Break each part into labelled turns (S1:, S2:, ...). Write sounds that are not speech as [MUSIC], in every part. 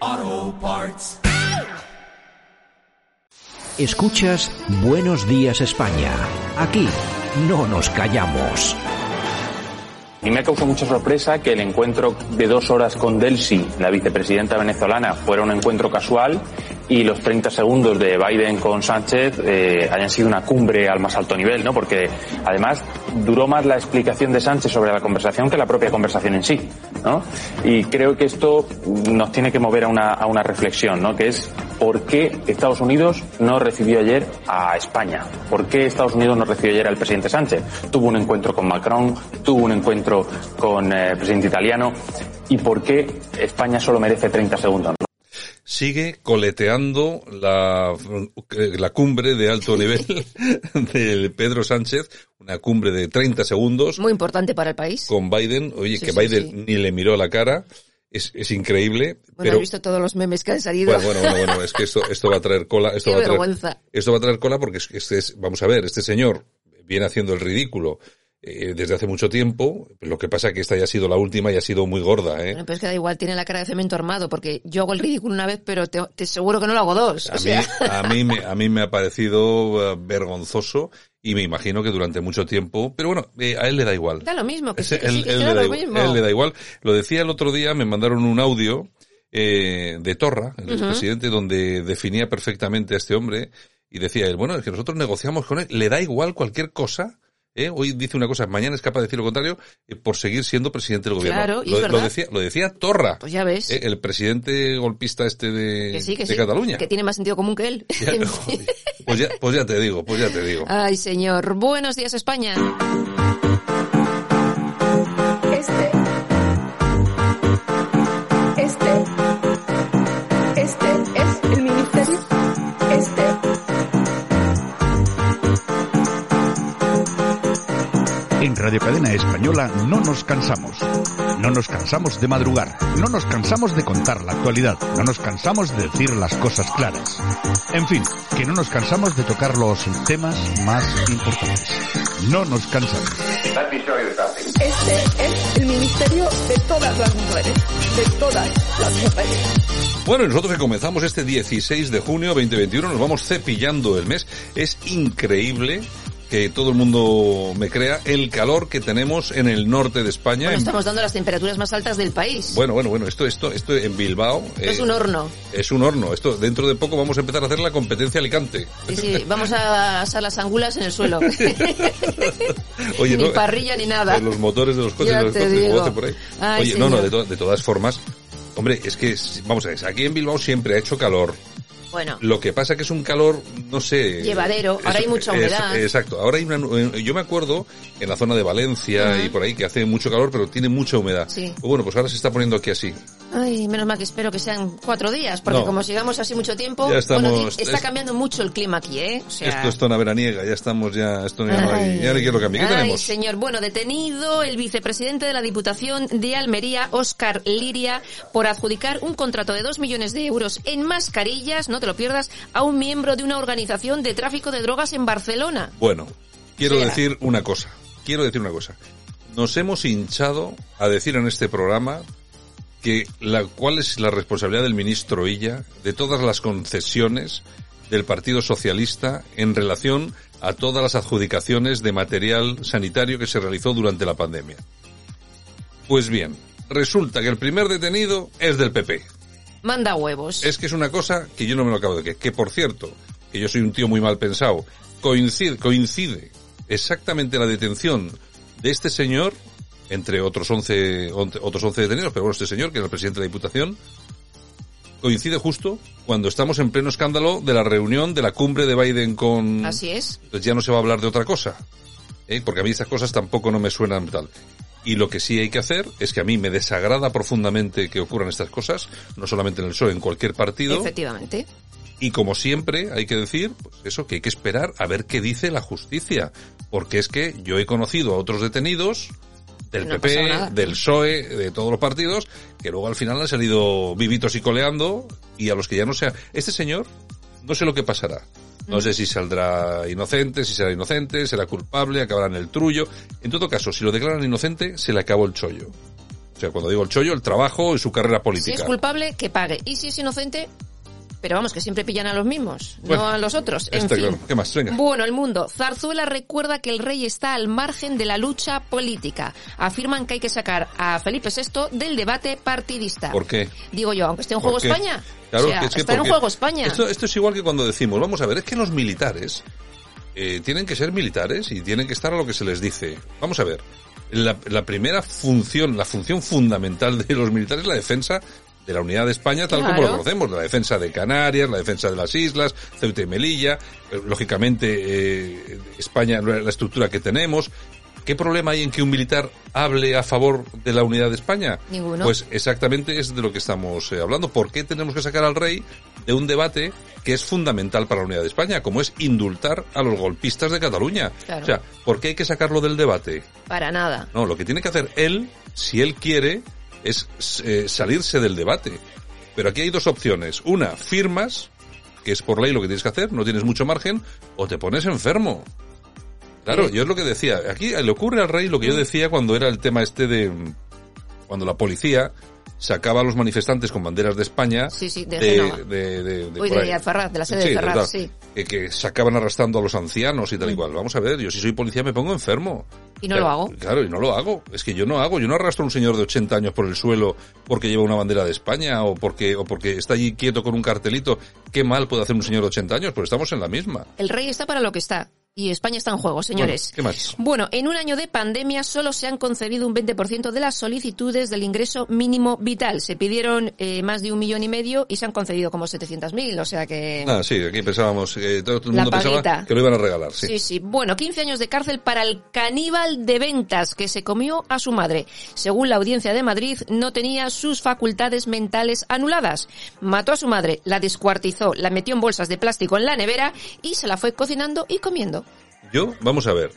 S1: Auto Parts.
S2: Escuchas Buenos Días España. Aquí no nos callamos.
S3: Y me ha causado mucha sorpresa que el encuentro de dos horas con Delsi, la vicepresidenta venezolana, fuera un encuentro casual y los 30 segundos de Biden con Sánchez eh, hayan sido una cumbre al más alto nivel, ¿no? Porque además duró más la explicación de Sánchez sobre la conversación que la propia conversación en sí, ¿no? Y creo que esto nos tiene que mover a una, a una reflexión, ¿no? Que es por qué Estados Unidos no recibió ayer a España. ¿Por qué Estados Unidos no recibió ayer al presidente Sánchez? Tuvo un encuentro con Macron, tuvo un encuentro con eh, el presidente italiano. ¿Y por qué España solo merece 30 segundos? ¿no?
S4: sigue coleteando la, eh, la cumbre de
S5: [LAUGHS]
S4: alto nivel de Pedro Sánchez, una cumbre de 30 segundos
S5: Muy importante para el país.
S4: con Biden. Oye,
S5: Sí,
S4: que
S5: sí,
S4: Biden
S5: sí.
S4: ni le miró a la cara, es, es increíble,
S5: Bueno,
S4: pero...
S5: he visto todos los memes que han salido.
S4: Bueno, bueno, bueno, bueno, es que esto, esto va a traer cola, esto
S5: Qué
S4: va a traer,
S5: vergüenza.
S4: esto va a traer cola porque es- este es, vamos a ver, este señor viene haciendo el ridículo eh, desde hace mucho tiempo, lo que pasa que esta ya ha sido la última y ha sido muy gorda, ¿eh?
S5: Bueno, pero es que da igual, tiene la cara de cemento armado, porque yo hago el ridículo una vez, pero te, te seguro que no lo hago dos.
S4: A
S5: o
S4: mí,
S5: sea,
S4: a, mí me, a mí me ha parecido eh, vergonzoso y me imagino que durante mucho tiempo, pero bueno, eh, a él le da igual.
S5: da lo mismo, que
S4: Ese-
S5: sí, que
S4: él,
S5: sí, que
S4: él le
S5: yo
S4: da
S5: hago lo
S4: igual,
S5: mismo.
S4: él le da igual. Lo decía el otro día, me mandaron un audio eh, de Torra, el presidente, donde definía perfectamente a este hombre y decía él, bueno, es que nosotros negociamos con él, le da igual cualquier cosa. ¿eh? Hoy dice una cosa, mañana es capaz de decir lo contrario, eh, por seguir siendo presidente del gobierno.
S5: Claro, y
S4: lo,
S5: es
S4: lo
S5: verdad.
S4: decía, lo decía Torra,
S5: Pues ya ves,
S4: eh, el presidente golpista este de,
S5: que sí, que
S4: de
S5: sí,
S4: Cataluña.
S5: que tiene más sentido común que él.
S4: [LAUGHS] Ya,
S5: [LAUGHS] En
S4: joder.
S5: fin.
S4: pues, ya, pues ya te digo, pues ya te digo.
S5: Ay, señor. Buenos días, España.
S6: Este. Este. Este es el ministerio. Este.
S7: En Radio Cadena Española no nos cansamos. No nos cansamos de madrugar. No nos cansamos de contar la actualidad. No nos cansamos de decir las cosas claras. En fin, que no nos cansamos de tocar los temas más importantes. No nos cansamos.
S6: Este es el ministerio de todas las mujeres. De todas las mujeres.
S4: Bueno, y nosotros que comenzamos este 16 de junio 2021, nos vamos cepillando el mes. Es increíble que todo el mundo me crea el calor que tenemos en el norte de España.
S5: Bueno,
S4: En-
S5: estamos dando las temperaturas más altas del país.
S4: bueno, bueno, bueno, esto, esto, esto en Bilbao.
S5: Es
S4: eh,
S5: un horno.
S4: Es un horno. Esto, dentro de poco vamos a empezar a hacer la competencia Alicante.
S5: Sí, sí, vamos a asar las angulas en el suelo.
S4: [LAUGHS] Oye,
S5: [LAUGHS] ni
S4: no, eh,
S5: parrilla ni nada.
S4: de los motores de los coches,
S5: Ya
S4: de los
S5: te
S4: coches,
S5: digo.
S4: bote por ahí.
S5: Ay,
S4: Oye, no, no,
S5: señor.
S4: de, to- de todas formas, hombre, es que, es- vamos a ver, aquí en Bilbao siempre ha hecho calor.
S5: Bueno,
S4: Lo que pasa que es un calor, no sé...
S5: Llevadero. Ahora hay mucha humedad.
S4: exacto. Ahora hay una... nu- eh, Yo me acuerdo en la zona de Valencia y por ahí que hace mucho calor, pero tiene mucha humedad.
S5: Sí.
S4: Bueno, pues ahora se está poniendo aquí así.
S5: ay, menos mal que espero que sean cuatro días, porque
S4: No.
S5: como sigamos así mucho tiempo,
S4: Ya estamos-
S5: bueno, di- está
S4: es-
S5: cambiando mucho el clima aquí, ¿eh? O sea,
S4: Esto es zona veraniega, ya estamos ya... Esto ya no hay... Ya no hay que lo cambiar. ¿Qué
S5: Ay,
S4: tenemos?
S5: señor. Bueno, detenido el vicepresidente de la Diputación de Almería, Óscar Liria, por adjudicar un contrato de dos millones de euros en mascarillas, no te lo pierdas, a un miembro de una organización de tráfico de drogas en Barcelona.
S4: Bueno, quiero
S5: Sea.
S4: decir una cosa. Quiero decir una cosa. Nos hemos hinchado a decir en este programa que la cuál es la responsabilidad del ministro Illa de todas las concesiones del Partido Socialista en relación a todas las adjudicaciones de material sanitario que se realizó durante la pandemia. Pues bien, resulta que el primer detenido es del PP.
S5: Manda huevos.
S4: Es que es una cosa que yo no me lo acabo de creer. Que por cierto, que yo soy un tío muy mal pensado, coincide, coincide exactamente la detención de este señor, entre otros 11, once- otros 11 detenidos, pero bueno, este señor, que es el presidente de la Diputación, coincide justo cuando estamos en pleno escándalo de la reunión de la cumbre de Biden con...
S5: Así es.
S4: Entonces ya no se va a hablar de otra cosa. ¿eh? Porque a mí estas cosas tampoco no me suenan tal. Y lo que sí hay que hacer es que a mí me desagrada profundamente que ocurran estas cosas, no solamente en el PSOE, en cualquier partido.
S5: Efectivamente.
S4: Y como siempre, hay que decir, pues eso, que hay que esperar a ver qué dice la justicia. Porque es que yo he conocido a otros detenidos del
S5: No ha pasado
S4: PP,
S5: nada.
S4: del PSOE, E, de todos los partidos, que luego al final han salido vivitos y coleando y a los que ya no sea. Este señor, no sé lo que pasará. No
S5: Mm.
S4: sé si saldrá inocente, si será inocente, será culpable, acabará en el trullo. En todo caso, si lo declaran inocente, se le acabó el chollo. O sea, cuando digo el chollo, el trabajo y su carrera
S5: Si
S4: política.
S5: es culpable, que pague. Y si es inocente, pero vamos, que siempre pillan a los mismos,
S4: Bueno,
S5: no a los otros. En
S4: está
S5: fin.
S4: claro. ¿Qué más? Venga.
S5: Bueno, el mundo. Zarzuela recuerda que el rey está al margen de la lucha política. Afirman que hay que sacar a Felipe VI del debate partidista.
S4: ¿Por qué?
S5: Digo yo, aunque esté en ¿Este juego
S4: Porque-
S5: España.
S4: Claro,
S5: o sea,
S4: que es que
S5: está en
S4: porque-
S5: juego España.
S4: Esto, esto es igual que cuando decimos, vamos a ver, es que los militares eh, tienen que ser militares y tienen que estar a lo que se les dice. Vamos a ver, la, la primera función, la función fundamental de los militares es la defensa de la unidad de España tal como
S5: Claro.
S4: la conocemos, la defensa de Canarias, la defensa de las islas, Ceuta y Melilla, eh, lógicamente eh, España, la la estructura que tenemos. ¿Qué problema hay en que un militar hable a favor de la unidad de España?
S5: Ninguno.
S4: Pues exactamente es de lo que estamos eh, hablando. ¿Por qué tenemos que sacar al rey de un debate que es fundamental para la unidad de España, como es indultar a los golpistas de Cataluña?
S5: Claro.
S4: O sea, ¿por qué hay que sacarlo del debate?
S5: Para nada.
S4: No, lo que tiene que hacer él, si él quiere, es eh, salirse del debate. Pero aquí hay dos opciones. Una, firmas, que es por ley lo que tienes que hacer, no tienes mucho margen, o te pones enfermo. Claro, yo es lo que decía. Aquí le ocurre al rey lo
S5: Mm.
S4: que yo decía cuando era el tema este de... mm, Cuando la policía sacaba a los manifestantes con banderas de España
S5: Sí, sí, de Génova.
S4: de, de, de- de
S5: Uy,
S4: por
S5: de
S4: ahí.
S5: Ferraz, de la sede de Ferraz,
S4: tal.
S5: sí.
S4: Que, eh, que sacaban arrastrando a los ancianos y tal y cual. Vamos a ver, yo si soy policía me pongo enfermo.
S5: Mm. Y no
S4: Pero,
S5: lo hago.
S4: Claro, y no lo hago. Es que yo no hago. Yo no arrastro a un señor de 80 años por el suelo porque lleva una bandera de España o porque, o porque está allí quieto con un cartelito. ¿Qué mal puede hacer un señor de 80 años? Pues estamos en la misma.
S5: El rey está para lo que está. Y España está en juego, señores.
S4: Bueno, ¿qué más?
S5: Bueno, en un año de pandemia solo se han concedido un 20% de las solicitudes del ingreso mínimo vital. Se pidieron eh, más de un millón y medio y se han concedido como 700.000, o sea que...
S4: Ah, sí, aquí pensábamos, eh, todo el
S5: La
S4: mundo pensaba
S5: paguita.
S4: que lo iban a regalar, sí.
S5: Sí, sí. Bueno, 15 años de cárcel para el caníbal de ventas que se comió a su madre. Según la audiencia de Madrid, no tenía sus facultades mentales anuladas. Mató a su madre, la descuartizó, la metió en bolsas de plástico en la nevera y se la fue cocinando y comiendo.
S4: Yo, vamos a ver.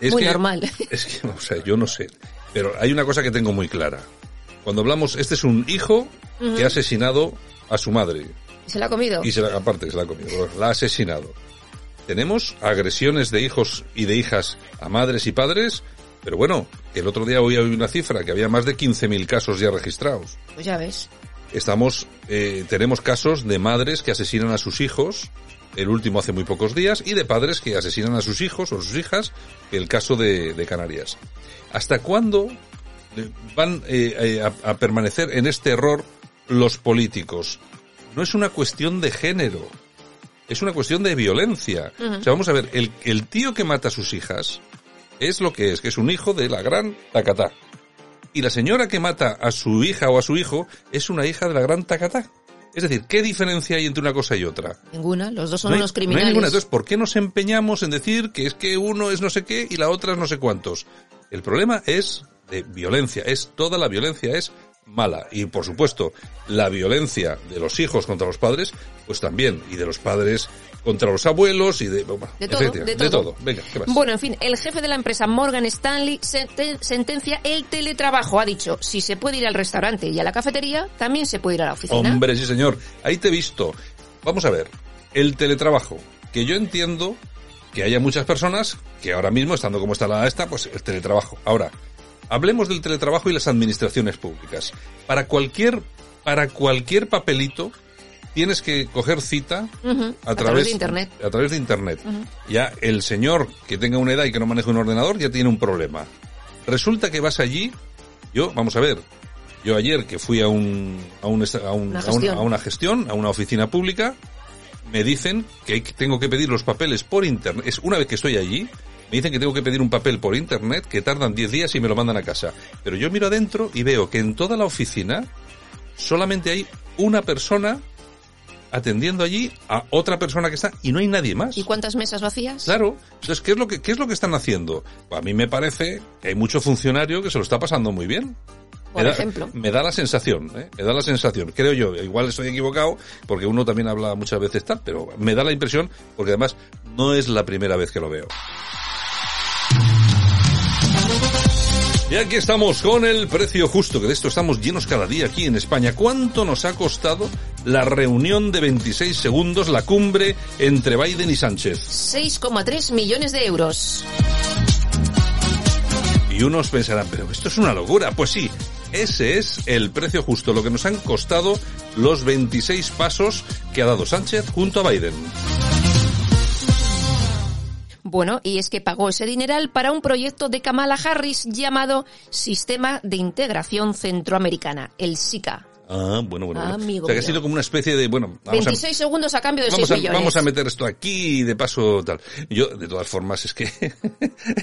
S4: Es
S5: Muy
S4: que-
S5: normal.
S4: [LAUGHS] Es que, o sea, yo no sé. Pero hay una cosa que tengo muy clara. Cuando hablamos, este es un hijo que ha asesinado a su madre.
S5: Se la ha comido.
S4: Y se la, aparte se la ha comido, la ha asesinado. Tenemos agresiones de hijos y de hijas a madres y padres, pero bueno, el otro día hoy una cifra que había más de 15.000 casos ya registrados.
S5: Pues ya ves.
S4: Estamos, eh, tenemos casos de madres que asesinan a sus hijos, el último hace muy pocos días, y de padres que asesinan a sus hijos o sus hijas, el caso de, de Canarias. ¿Hasta cuándo eh, van eh, eh, a- a permanecer en este error los políticos? No es una cuestión de género es una cuestión de violencia. O sea, vamos a ver, el, el tío que mata a sus hijas es lo que es, que es un hijo de la gran tacatá. Y la señora que mata a su hija o a su hijo es una hija de la gran tacatá. Es decir, ¿qué diferencia hay entre una cosa y otra?
S5: Ninguna. Los dos son
S4: no hay, no
S5: unos
S4: hay
S5: criminales.
S4: ninguna. Entonces, ¿por qué nos empeñamos en decir que es que uno es no sé qué y la otra es no sé cuántos? El problema es de violencia, es toda la violencia es mala. Y por supuesto, la violencia de los hijos contra los padres, pues también, y de los padres contra los abuelos y de, bueno,
S5: De todo,
S4: etcétera,
S5: de
S4: de
S5: todo.
S4: todo. Venga, ¿qué más?
S5: Bueno, en fin, el jefe de la empresa Morgan Stanley senten- sentencia el teletrabajo. Ha dicho, si se puede ir al restaurante y a la cafetería, también se puede ir a la oficina.
S4: Hombre, sí señor, ahí te he visto. Vamos a ver, el teletrabajo, que yo entiendo que haya muchas personas que ahora mismo, estando como está la esta, pues el teletrabajo. Ahora, hablemos del teletrabajo y las administraciones públicas. Para cualquier, para cualquier papelito, tienes que coger cita
S5: Ujú,
S4: a, través,
S5: de internet.
S4: A través de internet. Ya el señor que tenga una edad y que no maneje un ordenador ya tiene un problema. Resulta que vas allí, yo, vamos a ver, yo ayer que fui a un, a un, est- a un-
S5: Una
S4: a un-
S5: gestión.
S4: a una gestión, a una oficina pública, me dicen que hay que- tengo que pedir los papeles por internet. Es una vez que estoy allí, me dicen que tengo que pedir un papel por internet que tardan 10 días y me lo mandan a casa. Pero yo miro adentro y veo que en toda la oficina solamente hay una persona atendiendo allí a otra persona que está y no hay nadie más.
S5: ¿Y cuántas mesas vacías?
S4: Claro. Entonces, ¿qué es lo que Pues qué es lo que están haciendo? A mí me parece que hay mucho funcionario que se lo está pasando muy bien.
S5: por
S4: me da, [LAUGHS]
S5: ejemplo.
S4: Me da la sensación, ¿eh? me da la sensación, creo yo, igual estoy equivocado, porque uno también habla muchas veces tal, pero me da la impresión, porque además no es la primera vez que lo veo. Y aquí estamos con el precio justo, que de esto estamos llenos cada día aquí en España. ¿Cuánto nos ha costado la reunión de 26 segundos, la cumbre entre Biden y Sánchez?
S5: 6,3 millones de euros.
S4: Y unos pensarán, pero esto es una locura. Pues sí, ese es el precio justo, lo que nos han costado los 26 pasos que ha dado Sánchez junto a Biden.
S5: Bueno, y es que pagó ese dineral para un proyecto de Kamala Harris llamado Sistema de Integración Centroamericana, el SICA.
S4: Ah, bueno, bueno. bueno. o
S5: Amigo
S4: sea, que ha
S5: mío.
S4: sido como una especie de, bueno, vamos a-
S5: 26 segundos a cambio de
S4: vamos
S5: 6
S4: a,
S5: millones.
S4: vamos a meter esto aquí y de paso tal. Yo, de todas formas, es que [LAUGHS]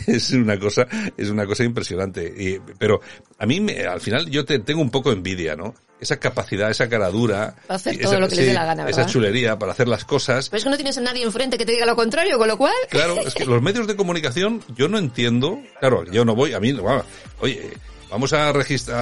S4: es una cosa, es una cosa impresionante. Y- pero a mí, me- al final, yo te, tengo un poco envidia, ¿no? Esa capacidad, esa cara dura.
S5: Para hacer
S4: y
S5: todo
S4: esa-
S5: lo que les dé
S4: sí,
S5: la gana,
S4: Esa
S5: ¿verdad?
S4: chulería para hacer las cosas.
S5: Pero es que no tienes a nadie enfrente que te diga lo contrario, con lo cual...
S4: Claro, es que los medios de comunicación, yo no entiendo. Claro, yo no voy, a mí, no, va, oye, vamos a registrar,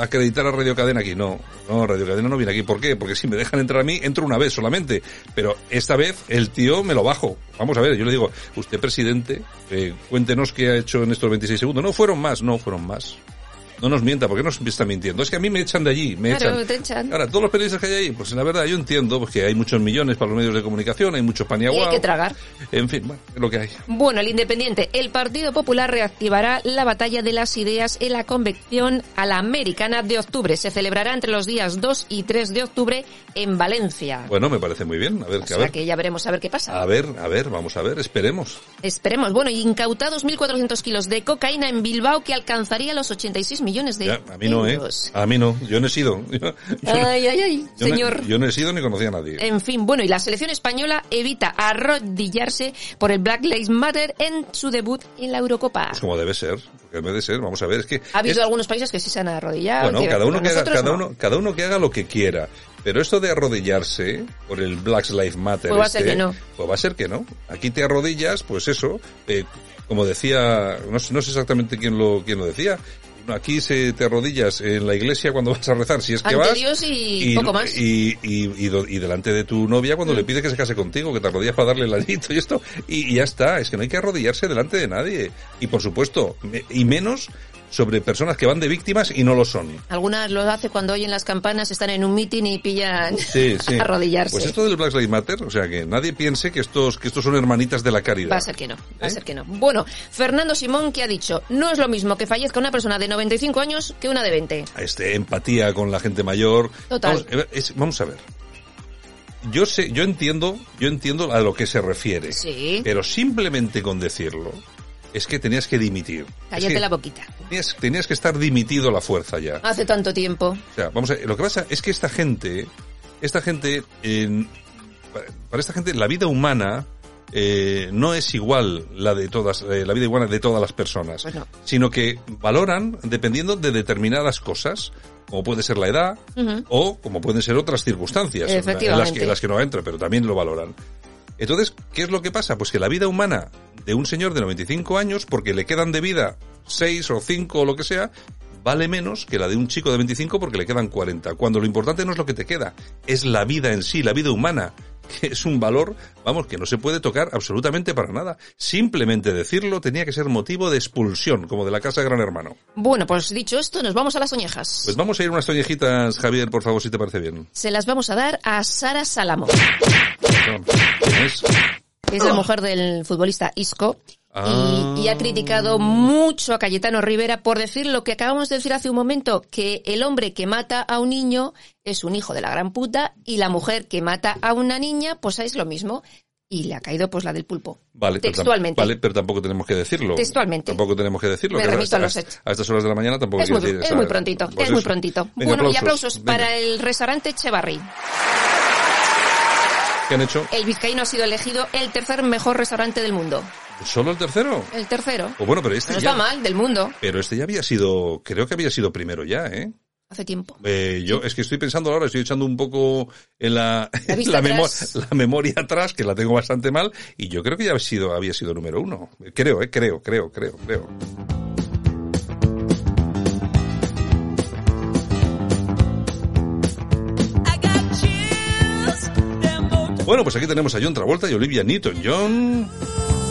S4: a acreditar a Radio Cadena aquí. No, no, Radio Cadena no viene aquí. ¿Por qué? Porque si me dejan entrar a mí, entro una vez solamente. Pero esta vez el tío me lo bajo. Vamos a ver, yo le digo, usted presidente, eh, cuéntenos qué ha hecho en estos 26 segundos. No fueron más, no fueron más. No nos mienta, porque nos está mintiendo. Es que a mí me echan de allí, me
S5: Claro,
S4: echan.
S5: te echan.
S4: Ahora, todos los periodistas que hay ahí, pues la verdad yo entiendo pues, que hay muchos millones para los medios de comunicación, hay muchos
S5: Y
S4: paniaguados.
S5: hay que tragar.
S4: En fin, bueno, es lo que hay.
S5: Bueno, el Independiente. El Partido Popular reactivará la batalla de las ideas en la convención a la americana de octubre. Se celebrará entre los días 2 y 3 de octubre en Valencia.
S4: Bueno, me parece muy bien. Pues, A ver, que
S5: o
S4: a
S5: sea
S4: ver. Ah.
S5: que ya veremos a ver qué pasa.
S4: A ver, a ver, vamos a ver, esperemos.
S5: Esperemos. Bueno, y incautados 1.400 kilos de cocaína en Bilbao que alcanzaría los 86 millones de
S4: Ya, a mí no, ¿eh?
S5: euros.
S4: A mí no, yo no he sido. [LAUGHS] Yo, yo no-
S5: Ay, ay, ay,
S4: yo no-
S5: señor. Eh.
S4: yo no he sido ni conocía a nadie.
S5: En fin, bueno, y la selección española evita arrodillarse por el Black Lives Matter en su debut en la Eurocopa.
S4: Pues como debe ser, porque debe ser, vamos a ver, es que...
S5: Ha habido
S4: es-
S5: algunos países que sí se han arrodillado.
S4: Bueno,
S5: que-
S4: cada uno,
S5: pero
S4: que haga,
S5: nosotros
S4: cada,
S5: no.
S4: uno, cada uno que haga lo que quiera. Pero esto de arrodillarse por el Black Lives Matter...
S5: Pues va a ser
S4: este,
S5: que no.
S4: Pues va a ser que no. Aquí te arrodillas, pues eso, eh, como decía, no, sé- no sé exactamente quién lo, quién lo decía, aquí se te arrodillas en la iglesia cuando vas a rezar, si es que
S5: Ante
S4: vas...
S5: Dios y poco más. Mm.
S4: Y, y- y do- y delante de tu novia cuando le pides que se case contigo, que te arrodillas para darle el anito y esto, y, y ya está, es que no hay que arrodillarse delante de nadie. Y por supuesto, me- y menos sobre personas que van de víctimas y no lo son.
S5: Algunas lo hace cuando oyen las campanas, están en un mitin y pillan
S4: Sí, sí.
S5: [LAUGHS] arrodillarse.
S4: Pues esto del Black Lives Matter, o sea, que nadie piense que estos, que estos son hermanitas de la caridad.
S5: Va a ser que no, va
S4: ¿Eh?
S5: a ser que no. Bueno, Fernando Simón que ha dicho, no es lo mismo que fallezca una persona de 95 años que una de 20.
S4: este, empatía con la gente mayor.
S5: Total.
S4: Vamos, eh, es- vamos a ver. Yo sé, yo entiendo, yo entiendo a lo que se refiere.
S5: Sí.
S4: Pero simplemente con decirlo, es que tenías que dimitir.
S5: Cállate
S4: Es que
S5: la boquita.
S4: Tenías, tenías que estar dimitido a la fuerza ya.
S5: Hace tanto tiempo.
S4: O sea, vamos a, lo que pasa es que esta gente, esta gente, en- para, para esta gente la vida humana eh, no es igual la de todas, eh, la vida humana de todas las personas,
S5: Pues no.
S4: sino que valoran dependiendo de determinadas cosas, como puede ser la edad o como pueden ser otras circunstancias en la- en las, que,
S5: Efectivamente.
S4: en las que no entra, pero también lo valoran. Entonces, ¿qué es lo que pasa? Pues que la vida humana de un señor de 95 años, porque le quedan de vida 6 o 5 o lo que sea, vale menos que la de un chico de 25 porque le quedan 40. Cuando lo importante no es lo que te queda, es la vida en sí, la vida humana, que es un valor, vamos, que no se puede tocar absolutamente para nada. Simplemente decirlo tenía que ser motivo de expulsión, como de la casa de Gran Hermano.
S5: Bueno, pues dicho esto, nos vamos a las oñejas.
S4: Pues vamos a ir unas toñejitas, Javier, por favor, si te parece bien.
S5: Se las vamos a dar a Sara Salamo.
S4: ¿Tienes?
S5: que es la mujer del futbolista Isco.
S4: Oh. Ah.
S5: Y, y ha criticado mucho a Cayetano Rivera por decir lo que acabamos de decir hace un momento, que el hombre que mata a un niño es un hijo de la gran puta y la mujer que mata a una niña pues es lo mismo. Y le ha caído pues la del pulpo.
S4: Vale, pero tam-
S5: textualmente.
S4: vale, pero tampoco tenemos que decirlo.
S5: Textualmente.
S4: Tampoco tenemos que decirlo.
S5: Me
S4: que a-
S5: remito a
S4: a,
S5: los hechos.
S4: a estas horas de la mañana tampoco
S5: es
S4: hay que
S5: muy,
S4: decir,
S5: es
S4: o sea,
S5: muy prontito,
S4: pues
S5: es muy
S4: eso.
S5: prontento.
S4: Venga,
S5: bueno, y aplausos
S4: Venga.
S5: para el restaurante Chevarri.
S4: ¿Qué han hecho?
S5: El Eh. vizcaíno ha sido elegido el tercer mejor restaurante del mundo.
S4: ¿Solo el tercero?
S5: El tercero.
S4: Pues bueno, pero este
S5: No
S4: ya...
S5: está mal, del mundo.
S4: Pero este ya había sido, creo que había sido primero ya, ¿eh?
S5: Hace tiempo.
S4: Eh, yo es que estoy pensando ahora, estoy echando un poco en la,
S5: La vista
S4: la, memo-
S5: atrás.
S4: la memoria atrás, que la tengo bastante mal, y yo creo que ya había sido, había sido número uno. Creo, eh, creo, creo, creo, creo. Bueno, pues aquí tenemos a John Travolta y Olivia Newton-John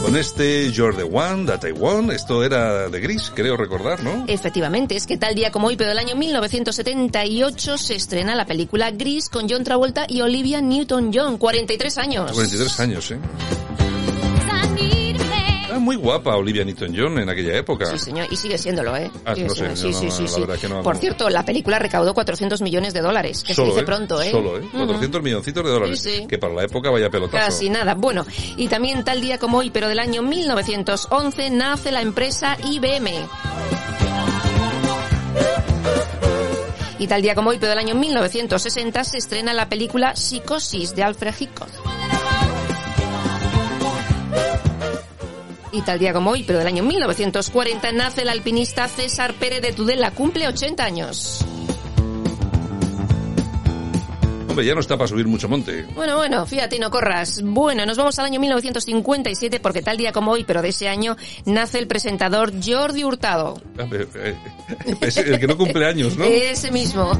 S4: con este You're the One That I Want. Esto era de Gris, creo recordar, ¿no?
S5: Efectivamente, es que tal día como hoy, pero del año 1978, se estrena la película Gris con John Travolta y Olivia Newton-John, 43 años.
S4: 43 años, ¿eh? Era muy guapa Olivia Newton-John en aquella época.
S5: Sí, señor, y sigue siéndolo, ¿eh?
S4: Ah,
S5: Sigue
S4: no sé,
S5: siendo-
S4: yo no- la verdad que no-
S5: Por
S4: no.
S5: cierto, la película recaudó 400 millones de dólares, que se dice pronto, ¿eh?
S4: Solo, ¿eh?
S5: Ujú.
S4: 400 milloncitos de dólares.
S5: Sí, sí.
S4: Que para la época vaya pelotazo.
S5: Casi nada. Bueno, y también tal día como hoy, pero del año 1911, nace la empresa IBM. Y tal día como hoy, pero del año 1960, se estrena la película Psicosis de Alfred Hitchcock. Y tal día como hoy, pero del año 1940, nace el alpinista César Pérez de Tudela, cumple 80 años.
S4: Hombre, ya no está para subir mucho monte.
S5: Bueno, bueno, fíjate, no corras. Bueno, nos vamos al año 1957 porque tal día como hoy, pero de ese año, nace el presentador Jordi Hurtado.
S4: Ah, pero, eh, [LAUGHS] Es el que no cumple años,
S5: [LAUGHS]
S4: ¿no?
S5: Ese
S4: [LAUGHS]
S5: mismo.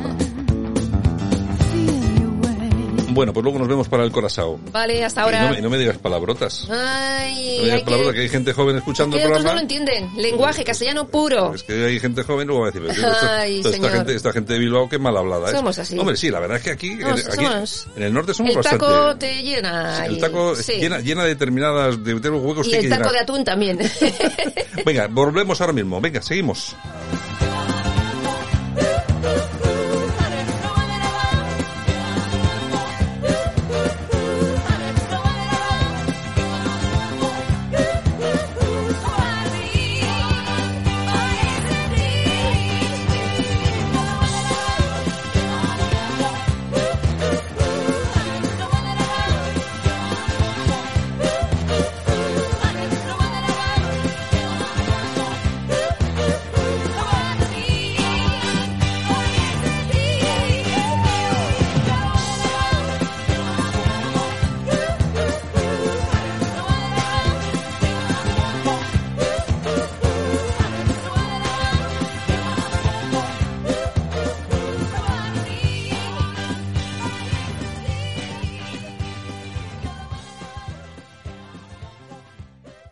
S4: Bueno, pues luego nos vemos para el Corazao.
S5: Vale, hasta
S4: Y no,
S5: ahora.
S4: me- no me digas palabrotas. No
S5: Ay,
S4: me digas
S5: hay que...
S4: palabrotas, que hay gente joven escuchando
S5: que
S4: el
S5: otros
S4: programa.
S5: no lo entienden. Lenguaje castellano puro.
S4: Es que hay gente joven, luego va a decir, pero, tío, esto-
S5: Ay,
S4: toda esta,
S5: señor.
S4: gente, esta gente de Bilbao que mal hablada es.
S5: Somos así.
S4: Hombre, sí, la verdad es que aquí,
S5: No,
S4: en,
S5: so-
S4: aquí,
S5: somos-
S4: en el norte somos
S5: El
S4: bastante...
S5: taco te llena.
S4: el taco
S5: Sí.
S4: llena, llena determinadas de, de huecos
S5: Y
S4: que hay
S5: el
S4: que
S5: taco
S4: [LAUGHS] llenar.
S5: de atún también.
S4: Venga, volvemos ahora mismo. Venga, seguimos.